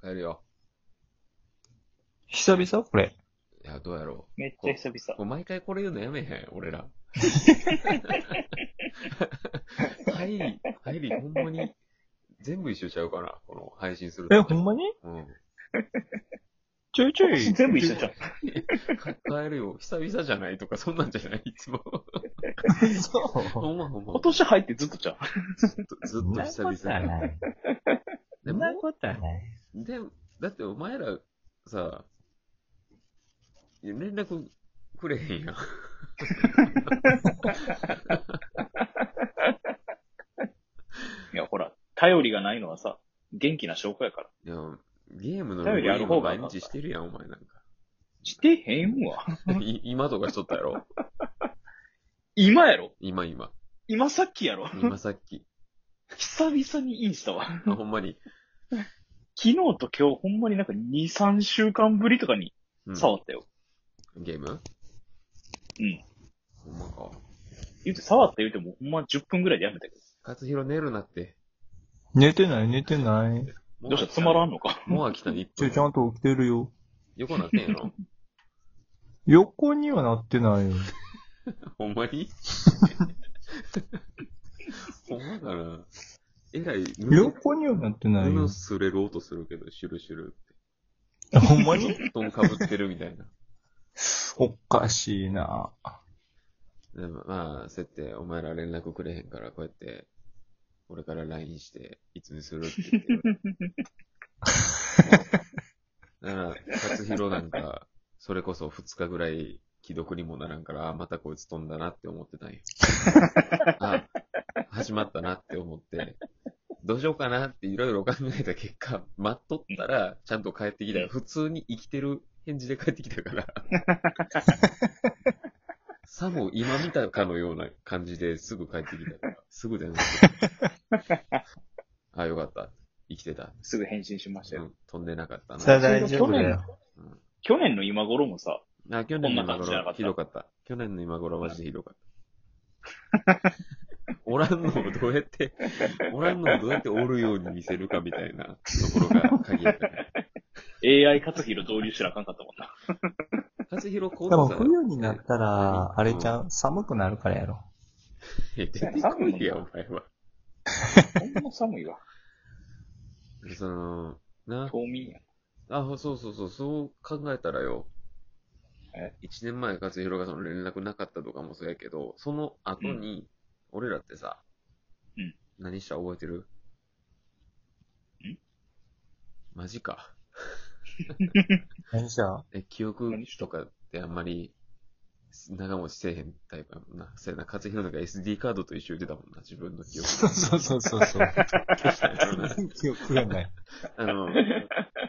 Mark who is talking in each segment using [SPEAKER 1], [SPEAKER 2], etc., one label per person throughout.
[SPEAKER 1] 帰るよ。
[SPEAKER 2] 久々これ。
[SPEAKER 1] いや、どうやろ
[SPEAKER 3] めっちゃ久
[SPEAKER 1] う。こう
[SPEAKER 3] 々。
[SPEAKER 1] 毎回これ言うのやめへん、俺ら。入り、入り、ほんまに、全部一緒ちゃうかな、この配信する
[SPEAKER 2] え、
[SPEAKER 1] と
[SPEAKER 2] ほんまに
[SPEAKER 1] うん。
[SPEAKER 2] ちょいちょい。
[SPEAKER 3] 全部一緒じゃん。
[SPEAKER 1] か帰るよ、久々じゃないとか、そんなんじゃない、いつも。
[SPEAKER 2] そう。
[SPEAKER 1] ほんまほんま。
[SPEAKER 3] 今年入ってずっとちゃ
[SPEAKER 1] ず
[SPEAKER 3] う。
[SPEAKER 1] っとずっと久
[SPEAKER 2] そんなことは
[SPEAKER 1] 々。
[SPEAKER 2] ない。
[SPEAKER 1] で
[SPEAKER 2] そんな
[SPEAKER 1] も、
[SPEAKER 2] ことはない。
[SPEAKER 1] でもだってお前ら、さ、いや連絡くれへんやん。
[SPEAKER 3] いや、ほら、頼りがないのはさ、元気な証拠やから。
[SPEAKER 1] いや、ゲームの
[SPEAKER 3] 頼りある方が
[SPEAKER 1] 毎日してるやん、お前なんか。
[SPEAKER 3] してへんわ。
[SPEAKER 1] い今とかしとったやろ
[SPEAKER 3] 今やろ
[SPEAKER 1] 今今。
[SPEAKER 3] 今さっきやろ
[SPEAKER 1] 今さっ き。
[SPEAKER 3] 久々にインしたわ。
[SPEAKER 1] あほんまに。
[SPEAKER 3] 昨日と今日ほんまになんか2、3週間ぶりとかに
[SPEAKER 1] うん、
[SPEAKER 3] 触ったよ。
[SPEAKER 1] ゲーム
[SPEAKER 3] うん。
[SPEAKER 1] ほんまか。
[SPEAKER 3] 言うて、触った言うてもほんま10分ぐらいでやめたけ
[SPEAKER 1] 勝弘寝るなって。
[SPEAKER 2] 寝てない、寝てない。
[SPEAKER 3] ど。
[SPEAKER 1] も
[SPEAKER 3] どうしたつまら
[SPEAKER 1] ん
[SPEAKER 3] んのか。
[SPEAKER 1] もう飽きた1
[SPEAKER 2] ちょ
[SPEAKER 1] 分
[SPEAKER 2] い。ちゃんと起きてるよ。
[SPEAKER 1] 横なってんやろ
[SPEAKER 2] 横にはなってないよ。
[SPEAKER 1] ほんまに ほんまかな。えらい布、
[SPEAKER 2] 横にはなってないよ
[SPEAKER 1] 布。すれる音するけど、シュルシュル
[SPEAKER 2] ほんまに
[SPEAKER 1] って。布団かぶってるみたいな。
[SPEAKER 2] おかしいな
[SPEAKER 1] でもまあ、そうやって、お前ら連絡くれへんから、こうやって、俺から LINE して、いつにするって言って。だから、勝弘なんか、それこそ2日ぐらい既読にもならんから、あまたこいつ飛んだなって思ってたんよ。あ、始まったなって思って、どうしようかなっていろいろ考えた結果、待っとったら、ちゃんと帰ってきたよ。普通に生きてる返事で帰ってきたから。さも今見たかのような感じですぐ帰ってきた から、すぐ電話してた。あ、よかった。生きてた。
[SPEAKER 3] すぐ返信しました
[SPEAKER 1] う
[SPEAKER 3] よ。
[SPEAKER 1] ん、飛んでなかった
[SPEAKER 2] さあ
[SPEAKER 1] な。
[SPEAKER 2] 大丈夫だよ。
[SPEAKER 3] 去年の今頃もさ、
[SPEAKER 1] あ、去年の今
[SPEAKER 3] こんな感じじゃなか
[SPEAKER 1] 頃
[SPEAKER 3] った
[SPEAKER 1] ひどかった。去年の今頃マジでひどか った。おらんのをどうやって、おらんのをどうやっておるように見せるかみたいなところが鍵やったから。
[SPEAKER 3] AI 勝弘導入しなあかんかったもんな。
[SPEAKER 1] 初弘コー
[SPEAKER 2] でも
[SPEAKER 1] ドさん。
[SPEAKER 2] 冬になったら、あれちゃう、寒くなるからやろ。
[SPEAKER 1] え、出てくるや、お前は。
[SPEAKER 3] ほんま寒いわ。
[SPEAKER 1] その、な、
[SPEAKER 3] 冬眠や。
[SPEAKER 1] あ、そうそうそう、そう考えたらよ。
[SPEAKER 3] え
[SPEAKER 1] 一年前、勝弘がその連絡なかったとかもそうやけど、その後に、俺らってさ、
[SPEAKER 3] うん
[SPEAKER 1] 何した覚えてる
[SPEAKER 3] ん
[SPEAKER 1] マジか。
[SPEAKER 2] 何じゃあ
[SPEAKER 1] え、記憶とかってあんまり、長持ちせえへんタイプやもんな。せやな、勝弘なんか SD カードと一緒言ってたもんな、自分の記憶。
[SPEAKER 2] そうそうそうそうそう。
[SPEAKER 1] 消したんやろな
[SPEAKER 2] 記憶がない。
[SPEAKER 1] あの、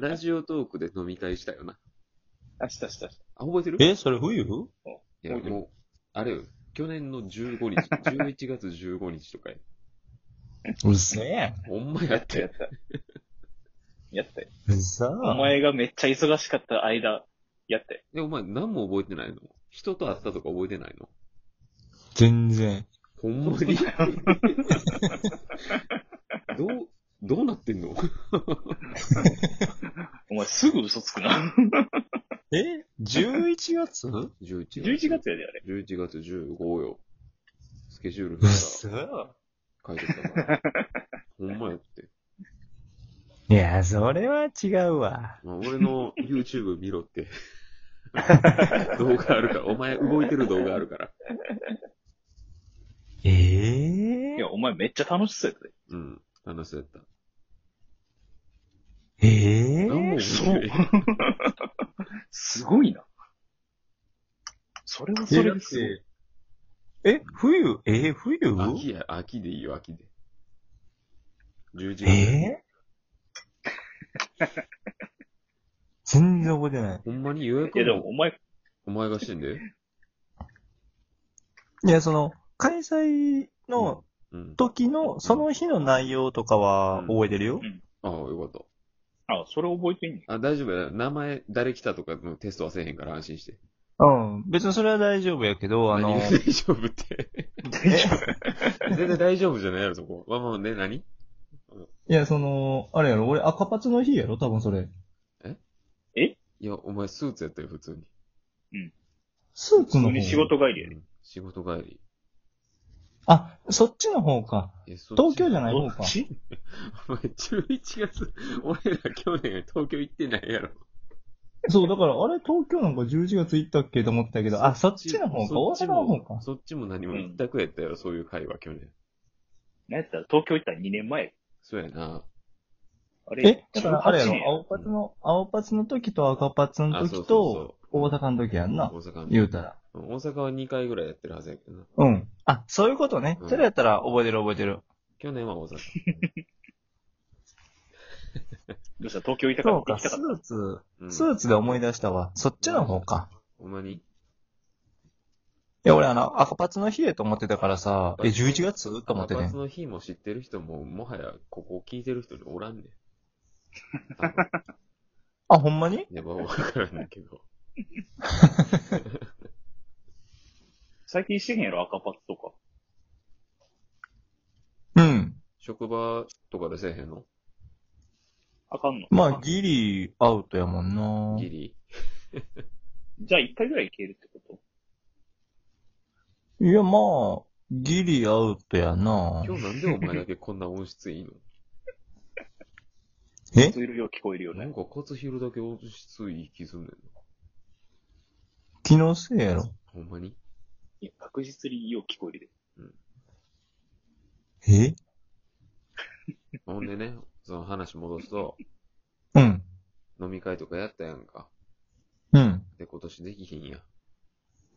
[SPEAKER 1] ラジオトークで飲み会したよな。
[SPEAKER 3] あ、したしたした。
[SPEAKER 1] あ、覚えてる
[SPEAKER 2] え、それ冬
[SPEAKER 1] いや、もう、あれよ、去年の15日、11月15日とかや。
[SPEAKER 2] うっせえ。
[SPEAKER 1] ほんまやっ。
[SPEAKER 3] やってた。やったよ。
[SPEAKER 2] うっさ
[SPEAKER 3] お前がめっちゃ忙しかった間、やって。
[SPEAKER 1] え、お前何も覚えてないの人と会ったとか覚えてないの
[SPEAKER 2] 全然。
[SPEAKER 1] ほんまにどう、どうなってんの
[SPEAKER 3] お前すぐ嘘つく な。
[SPEAKER 2] え ?11 月
[SPEAKER 1] ?11 月。
[SPEAKER 3] 11月やで、あれ。
[SPEAKER 1] 11月15よ。スケジュール
[SPEAKER 2] う
[SPEAKER 1] か
[SPEAKER 2] っ
[SPEAKER 1] ら
[SPEAKER 2] そ
[SPEAKER 1] 書いてたから。ほんまやって。
[SPEAKER 2] いや、それは違うわ。
[SPEAKER 1] まあ、俺の YouTube 見ろって。動画あるから。お前動いてる動画あるから。
[SPEAKER 2] え
[SPEAKER 3] い
[SPEAKER 2] え
[SPEAKER 3] や、お前めっちゃ楽しそうやったで。
[SPEAKER 1] うん。楽しそうやった。
[SPEAKER 2] え
[SPEAKER 1] 何も
[SPEAKER 2] え
[SPEAKER 1] 覚えてない。
[SPEAKER 3] すごいな。それは それですごい。
[SPEAKER 2] え、冬えー、冬
[SPEAKER 1] 秋や、秋でいいよ、秋で。11月。
[SPEAKER 2] えー全然覚えてない。
[SPEAKER 1] ほんまに予約
[SPEAKER 3] いや、でもお前、
[SPEAKER 1] お前がしてんで。
[SPEAKER 2] いや、その、開催の
[SPEAKER 1] うん。
[SPEAKER 2] 時の、その日の内容とかは
[SPEAKER 1] うん
[SPEAKER 2] 覚えてるよ。
[SPEAKER 1] ああ、よかっ
[SPEAKER 3] あ、それ覚えてんねん。
[SPEAKER 1] た。あ、大丈夫や。名前、誰来たとかのテストはせえへんから安心して。
[SPEAKER 2] うん。別にそれは大丈夫やけど、あの
[SPEAKER 1] 何、が大丈夫って。
[SPEAKER 3] 大丈夫。
[SPEAKER 1] 全然大丈夫じゃないやろ、そこ。まあまあね、何
[SPEAKER 2] いや、その、あれやろ、俺赤パツの日やろ、多分それ。
[SPEAKER 1] いや、お前スーツやったよ、普通に。
[SPEAKER 2] スーツ
[SPEAKER 3] 普
[SPEAKER 2] の
[SPEAKER 3] 通
[SPEAKER 2] 方
[SPEAKER 3] に仕事帰りや
[SPEAKER 1] う
[SPEAKER 3] で。
[SPEAKER 1] ん仕事帰り。
[SPEAKER 2] あ、そっちの方か。
[SPEAKER 1] えそっち
[SPEAKER 2] 東京じゃない方
[SPEAKER 3] どっ
[SPEAKER 2] か。
[SPEAKER 3] ち
[SPEAKER 1] お前、11月、俺ら去年東京行ってないやろ。
[SPEAKER 2] そう、だから、あれ、東京なんか11月行ったっけと思ったけど、あ、そっちの方か、
[SPEAKER 1] そ
[SPEAKER 2] 大
[SPEAKER 1] っち
[SPEAKER 2] 阪
[SPEAKER 1] も
[SPEAKER 2] の方か。
[SPEAKER 1] そっちも何も一択やったやろ、そういう会話、去年。
[SPEAKER 3] なんやったら東京行ったら2年前。
[SPEAKER 1] そうやな。
[SPEAKER 3] あれ
[SPEAKER 2] え、だからあれや
[SPEAKER 3] 18
[SPEAKER 2] ろ
[SPEAKER 3] 年、
[SPEAKER 2] 青パツの、青パツの時と赤パツの
[SPEAKER 1] あそうそ
[SPEAKER 2] 時
[SPEAKER 1] うそ
[SPEAKER 2] と
[SPEAKER 1] う、
[SPEAKER 2] 大阪の時やんな、
[SPEAKER 1] 大阪
[SPEAKER 2] 言うたら。
[SPEAKER 1] 大阪は2回ぐらいやってるはずやけどな。
[SPEAKER 2] うん。あ、そういうことね。
[SPEAKER 1] うん
[SPEAKER 2] それやったら覚えてる覚えてる。
[SPEAKER 1] 去年は大阪。
[SPEAKER 3] どうした東京行きたか
[SPEAKER 2] そう
[SPEAKER 3] っ
[SPEAKER 2] か、
[SPEAKER 3] た行き
[SPEAKER 2] ス
[SPEAKER 3] たかっ
[SPEAKER 2] ーツ、
[SPEAKER 1] うん、
[SPEAKER 2] スーツで思い出したわ。そっちの方か。
[SPEAKER 1] ほんまに
[SPEAKER 2] いや、俺あの、赤パツの日へと思ってたからさ、え、11月と思って
[SPEAKER 1] パ
[SPEAKER 2] ね
[SPEAKER 1] ツ。の日も知ってる人も、もはやここ聞いてる人におらんねん。多分
[SPEAKER 2] あ、ほんまに
[SPEAKER 1] やばわからんねんけど。
[SPEAKER 3] た。最近してへんやろ、赤パッとか。
[SPEAKER 2] うん。
[SPEAKER 1] 職場とかでせえへんの
[SPEAKER 3] あかんの。
[SPEAKER 2] まあ、ギリアウトやもんな
[SPEAKER 1] ギリ
[SPEAKER 3] じゃあ1回ぐらい行けるってこと
[SPEAKER 2] いや、まあ、ギリアウトやな
[SPEAKER 1] 今日なんでお前だけこんな音質いいの
[SPEAKER 2] え
[SPEAKER 3] 普通よう聞こえるよ
[SPEAKER 1] な
[SPEAKER 3] ね
[SPEAKER 1] ん。か骨昼だけ音質いい気すんねんな。
[SPEAKER 2] 気のせいやろ。
[SPEAKER 1] ほんまに
[SPEAKER 3] いや、確実によう聞こえるで。
[SPEAKER 2] え
[SPEAKER 1] ほんでね、その話戻すと、
[SPEAKER 2] うん。
[SPEAKER 1] 飲み会とかやったやんか。
[SPEAKER 2] うん。
[SPEAKER 1] で、今年できひんやん。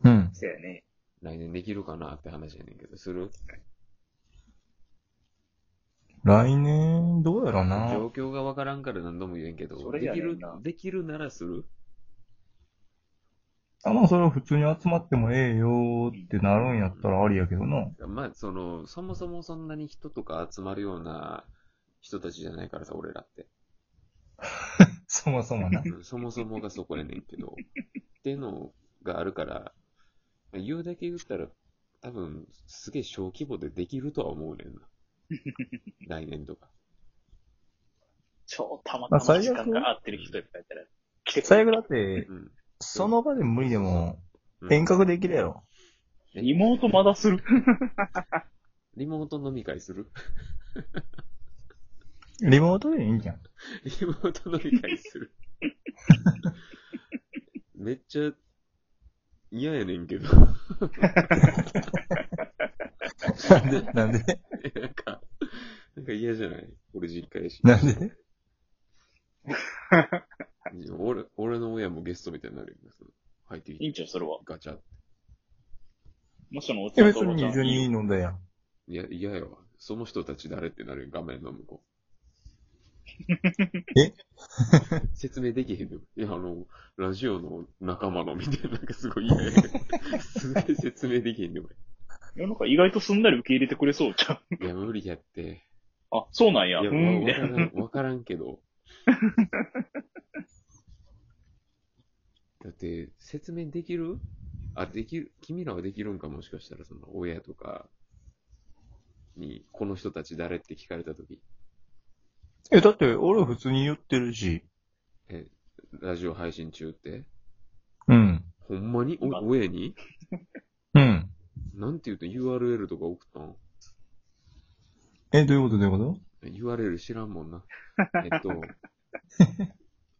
[SPEAKER 2] うん。
[SPEAKER 3] そうやね。
[SPEAKER 1] 来年できるかなって話やねんけど、する
[SPEAKER 2] 来年、どうやろな
[SPEAKER 1] 状況がわからんから何度も言えんけど、
[SPEAKER 3] それ
[SPEAKER 1] で
[SPEAKER 3] や
[SPEAKER 1] き
[SPEAKER 3] ね
[SPEAKER 1] る
[SPEAKER 3] んな、
[SPEAKER 1] できるならする
[SPEAKER 2] あ、まあ、それは普通に集まってもええよーってなるんやったらありやけどな。
[SPEAKER 1] まあ、その、そもそもそんなに人とか集まるような人たちじゃないからさ、俺ら って。
[SPEAKER 2] そもそもな。
[SPEAKER 1] うんそもそもがそこやねんけど。っていうのがあるから、まあ言うだけ言ったら、多分、すげえ小規模でできるとは思うねん な。来年とか。
[SPEAKER 3] 超た
[SPEAKER 2] ま
[SPEAKER 3] ま
[SPEAKER 2] あ
[SPEAKER 3] たま
[SPEAKER 2] 最悪
[SPEAKER 3] 時間が合ってる人やったら来て く
[SPEAKER 2] 最
[SPEAKER 3] れ
[SPEAKER 2] 悪だって、
[SPEAKER 1] うん。
[SPEAKER 2] その場で無理でも、
[SPEAKER 1] うん
[SPEAKER 2] 遠隔できるやろ。
[SPEAKER 3] リモートまだする。
[SPEAKER 1] リモート飲み会する
[SPEAKER 2] リモートでいいんじゃん。
[SPEAKER 1] リモート飲み会するめっちゃ嫌やねんけど。
[SPEAKER 2] なんで なんで
[SPEAKER 1] なんか、なんか嫌じゃない俺実家やし。
[SPEAKER 2] なんで
[SPEAKER 1] 俺、俺の親もゲストみたいになるよ。その入ってき
[SPEAKER 3] いい
[SPEAKER 1] て、
[SPEAKER 3] んちゃう、それは。
[SPEAKER 1] ガチャ。
[SPEAKER 3] もしそのおっ
[SPEAKER 2] い
[SPEAKER 3] ち
[SPEAKER 2] や
[SPEAKER 3] ゃん
[SPEAKER 2] 別
[SPEAKER 3] とおば
[SPEAKER 2] に
[SPEAKER 3] ちゃん
[SPEAKER 2] 二重に飲んだやん。
[SPEAKER 1] いや、嫌やわ。その人たち誰ってなるよ、画面の向こう。
[SPEAKER 2] え
[SPEAKER 1] 説明できへんのいや、あの、ラジオの仲間のみたいな、なんかすごい嫌やねんすげえ説明できへんの
[SPEAKER 3] いやなんか意外とすんなり受け入れてくれそうじゃん。
[SPEAKER 1] いや、無理やって。
[SPEAKER 3] あ、そうなん
[SPEAKER 1] い
[SPEAKER 3] や。
[SPEAKER 1] うや、
[SPEAKER 3] ー
[SPEAKER 1] も
[SPEAKER 3] ん、
[SPEAKER 1] う
[SPEAKER 3] み
[SPEAKER 1] わ
[SPEAKER 3] た
[SPEAKER 1] か
[SPEAKER 3] い
[SPEAKER 1] ら
[SPEAKER 3] な。
[SPEAKER 1] ん、わからんけ ど。だって、説明できるあ、できる、君らはできるんか、もしかしたら、その、親とかに、この人たち誰って聞かれたとき、
[SPEAKER 2] え、だって俺普通に言ってるし。
[SPEAKER 1] え、ラジオ配信中って、
[SPEAKER 2] うん。
[SPEAKER 1] ほんまにお
[SPEAKER 3] まあ
[SPEAKER 1] 親に
[SPEAKER 2] うん。
[SPEAKER 1] なんて言うと URL とか送ったん
[SPEAKER 2] え、どういうことどういうこ
[SPEAKER 1] ?URL 知らんもん な。えっと、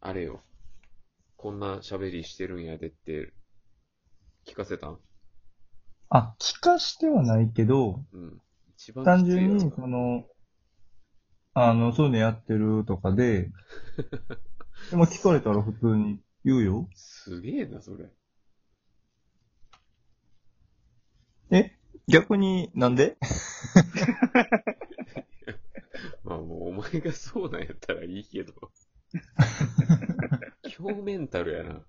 [SPEAKER 1] あれよ。こんな喋りしてるんやでって、聞かせたん
[SPEAKER 2] とあ、聞かしてはないけど、
[SPEAKER 1] うん。一番
[SPEAKER 2] 単
[SPEAKER 1] きついや
[SPEAKER 2] 純
[SPEAKER 1] ろ
[SPEAKER 2] に、その、あの、そういうのやってるとかで、でも聞かれたら普通に言うよ。
[SPEAKER 1] すげえな、それ。
[SPEAKER 2] 逆になんで
[SPEAKER 1] まあもう、お前がそうなんやったらいい けど。強メンタルやな。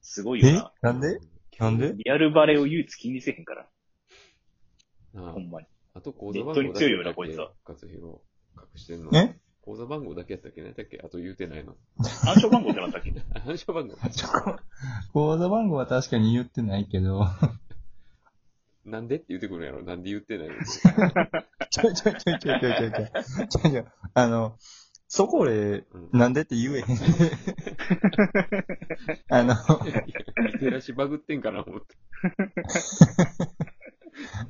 [SPEAKER 3] すごいよ
[SPEAKER 2] え
[SPEAKER 3] な。
[SPEAKER 2] なんでなんで
[SPEAKER 3] リアルバレーを唯一気にせへんから。
[SPEAKER 1] なあ
[SPEAKER 3] ほんまに。
[SPEAKER 1] あと口座番号だ
[SPEAKER 3] ネットに
[SPEAKER 1] け
[SPEAKER 3] 強いよなこいつは。
[SPEAKER 1] 勝弘、隠してんの。
[SPEAKER 2] え
[SPEAKER 1] 口座番号だけやったっけ何だっけあと言うてないの。
[SPEAKER 3] 暗証番号ってなったっけ
[SPEAKER 1] あ暗証番号。
[SPEAKER 2] 口座番号は確かに言ってないけど、
[SPEAKER 1] なんでって言ってくるんやろなんで言ってないの
[SPEAKER 2] ちょいちょいちょいちょいちょいちょいちょい。ちょいちょい。あの、そこで、
[SPEAKER 1] うん
[SPEAKER 2] なんでって言えへん。あの、
[SPEAKER 1] いやリテラシーバグってんかな思って。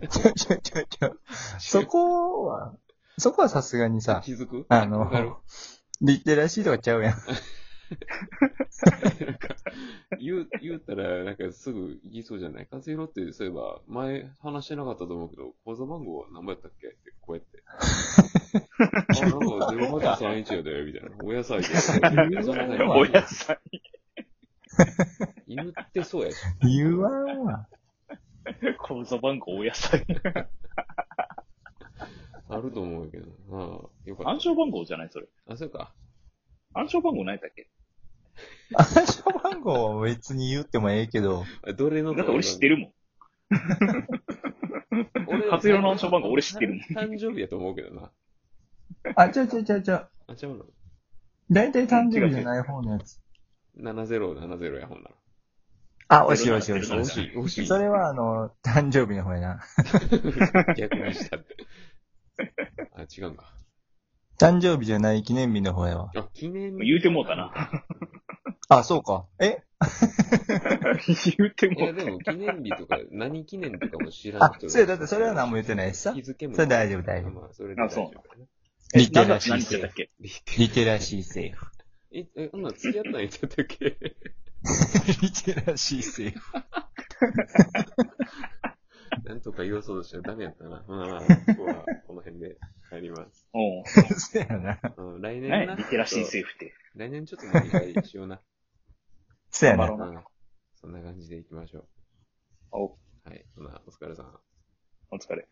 [SPEAKER 2] ちょいちょいちょいちょい。そこは、そこはさすがにさ、
[SPEAKER 1] 気づく
[SPEAKER 2] あの
[SPEAKER 1] わかる
[SPEAKER 2] リテラシーとかちゃうやん。
[SPEAKER 1] なんか、言う、言ったら、なんかすぐ言いそうじゃない和弘って、そういえば、前話してなかったと思うけど、口座番号何番やったっけって、こうやって。あ、なんか0831やで、みたいな。お野菜で。お野菜で
[SPEAKER 3] お野菜。
[SPEAKER 1] 犬ってそうやし。
[SPEAKER 2] 言わんわ。
[SPEAKER 3] 口座番号お野菜。
[SPEAKER 1] あると思うけど。ああ、よかっ
[SPEAKER 3] 暗証番号じゃないそれ。
[SPEAKER 1] た。あ、そうか。
[SPEAKER 3] 暗証番号ないだっけ
[SPEAKER 2] 暗証番号は別に言ってもええけど、
[SPEAKER 1] あどれの
[SPEAKER 3] だって俺知って
[SPEAKER 1] る。
[SPEAKER 3] るもん。
[SPEAKER 1] 俺
[SPEAKER 3] 初色の暗証番号俺知ってるもん
[SPEAKER 1] 誕生日やと思うけどな。
[SPEAKER 2] あ、ちゃうちゃうちゃうちゃう。
[SPEAKER 1] あ、違うの
[SPEAKER 2] だいたい誕生日じゃない方のやつ。
[SPEAKER 1] ?7070 や、ほんなら。
[SPEAKER 2] あ、
[SPEAKER 3] 惜しい惜しい惜しい
[SPEAKER 1] 惜しい、惜しい。
[SPEAKER 2] それはあの、誕生日の方やな。
[SPEAKER 1] 逆にしたって。あ、違うんか。
[SPEAKER 2] 誕生日じゃない記念日の方やわ。
[SPEAKER 1] あ、記念
[SPEAKER 3] 言うてもうたな。
[SPEAKER 2] あ、そうか。え
[SPEAKER 3] 言うて
[SPEAKER 1] いや、
[SPEAKER 3] も
[SPEAKER 1] でも記念日とか、何記念とかも知らん
[SPEAKER 2] あ、
[SPEAKER 1] 人
[SPEAKER 2] そうやだってそれは何も言ってないしさ
[SPEAKER 1] 日。付も。
[SPEAKER 2] それ大丈夫大丈夫
[SPEAKER 1] まあ、それで大丈夫かな。
[SPEAKER 3] え
[SPEAKER 2] リテ
[SPEAKER 3] 何
[SPEAKER 2] ラ
[SPEAKER 3] 月
[SPEAKER 2] シ
[SPEAKER 3] 何
[SPEAKER 2] ー
[SPEAKER 3] 日
[SPEAKER 2] セ
[SPEAKER 3] だ
[SPEAKER 2] ー
[SPEAKER 3] っ
[SPEAKER 2] フ。
[SPEAKER 3] け
[SPEAKER 2] リテラシーセーフ。
[SPEAKER 1] え、え、あんなん付き合ったんやったっけ
[SPEAKER 2] リテラシーセーフ。
[SPEAKER 1] なんとか言わそうとしたらダメやったな。まあまあ、今日はこの辺で帰ります。
[SPEAKER 3] おう
[SPEAKER 2] そうやな。
[SPEAKER 1] うん、来年
[SPEAKER 3] ね
[SPEAKER 1] な。
[SPEAKER 3] リテラシー
[SPEAKER 1] ちょっ
[SPEAKER 3] セーフって。
[SPEAKER 1] と来年ちょっと飲み会しよ うな。
[SPEAKER 2] そうや
[SPEAKER 3] 頑張
[SPEAKER 2] な
[SPEAKER 3] ろ。う
[SPEAKER 1] う
[SPEAKER 3] な。
[SPEAKER 1] ん。そんな感じでいきましょう。
[SPEAKER 3] お
[SPEAKER 1] はい。ほな、お疲れさん。
[SPEAKER 3] お疲れ。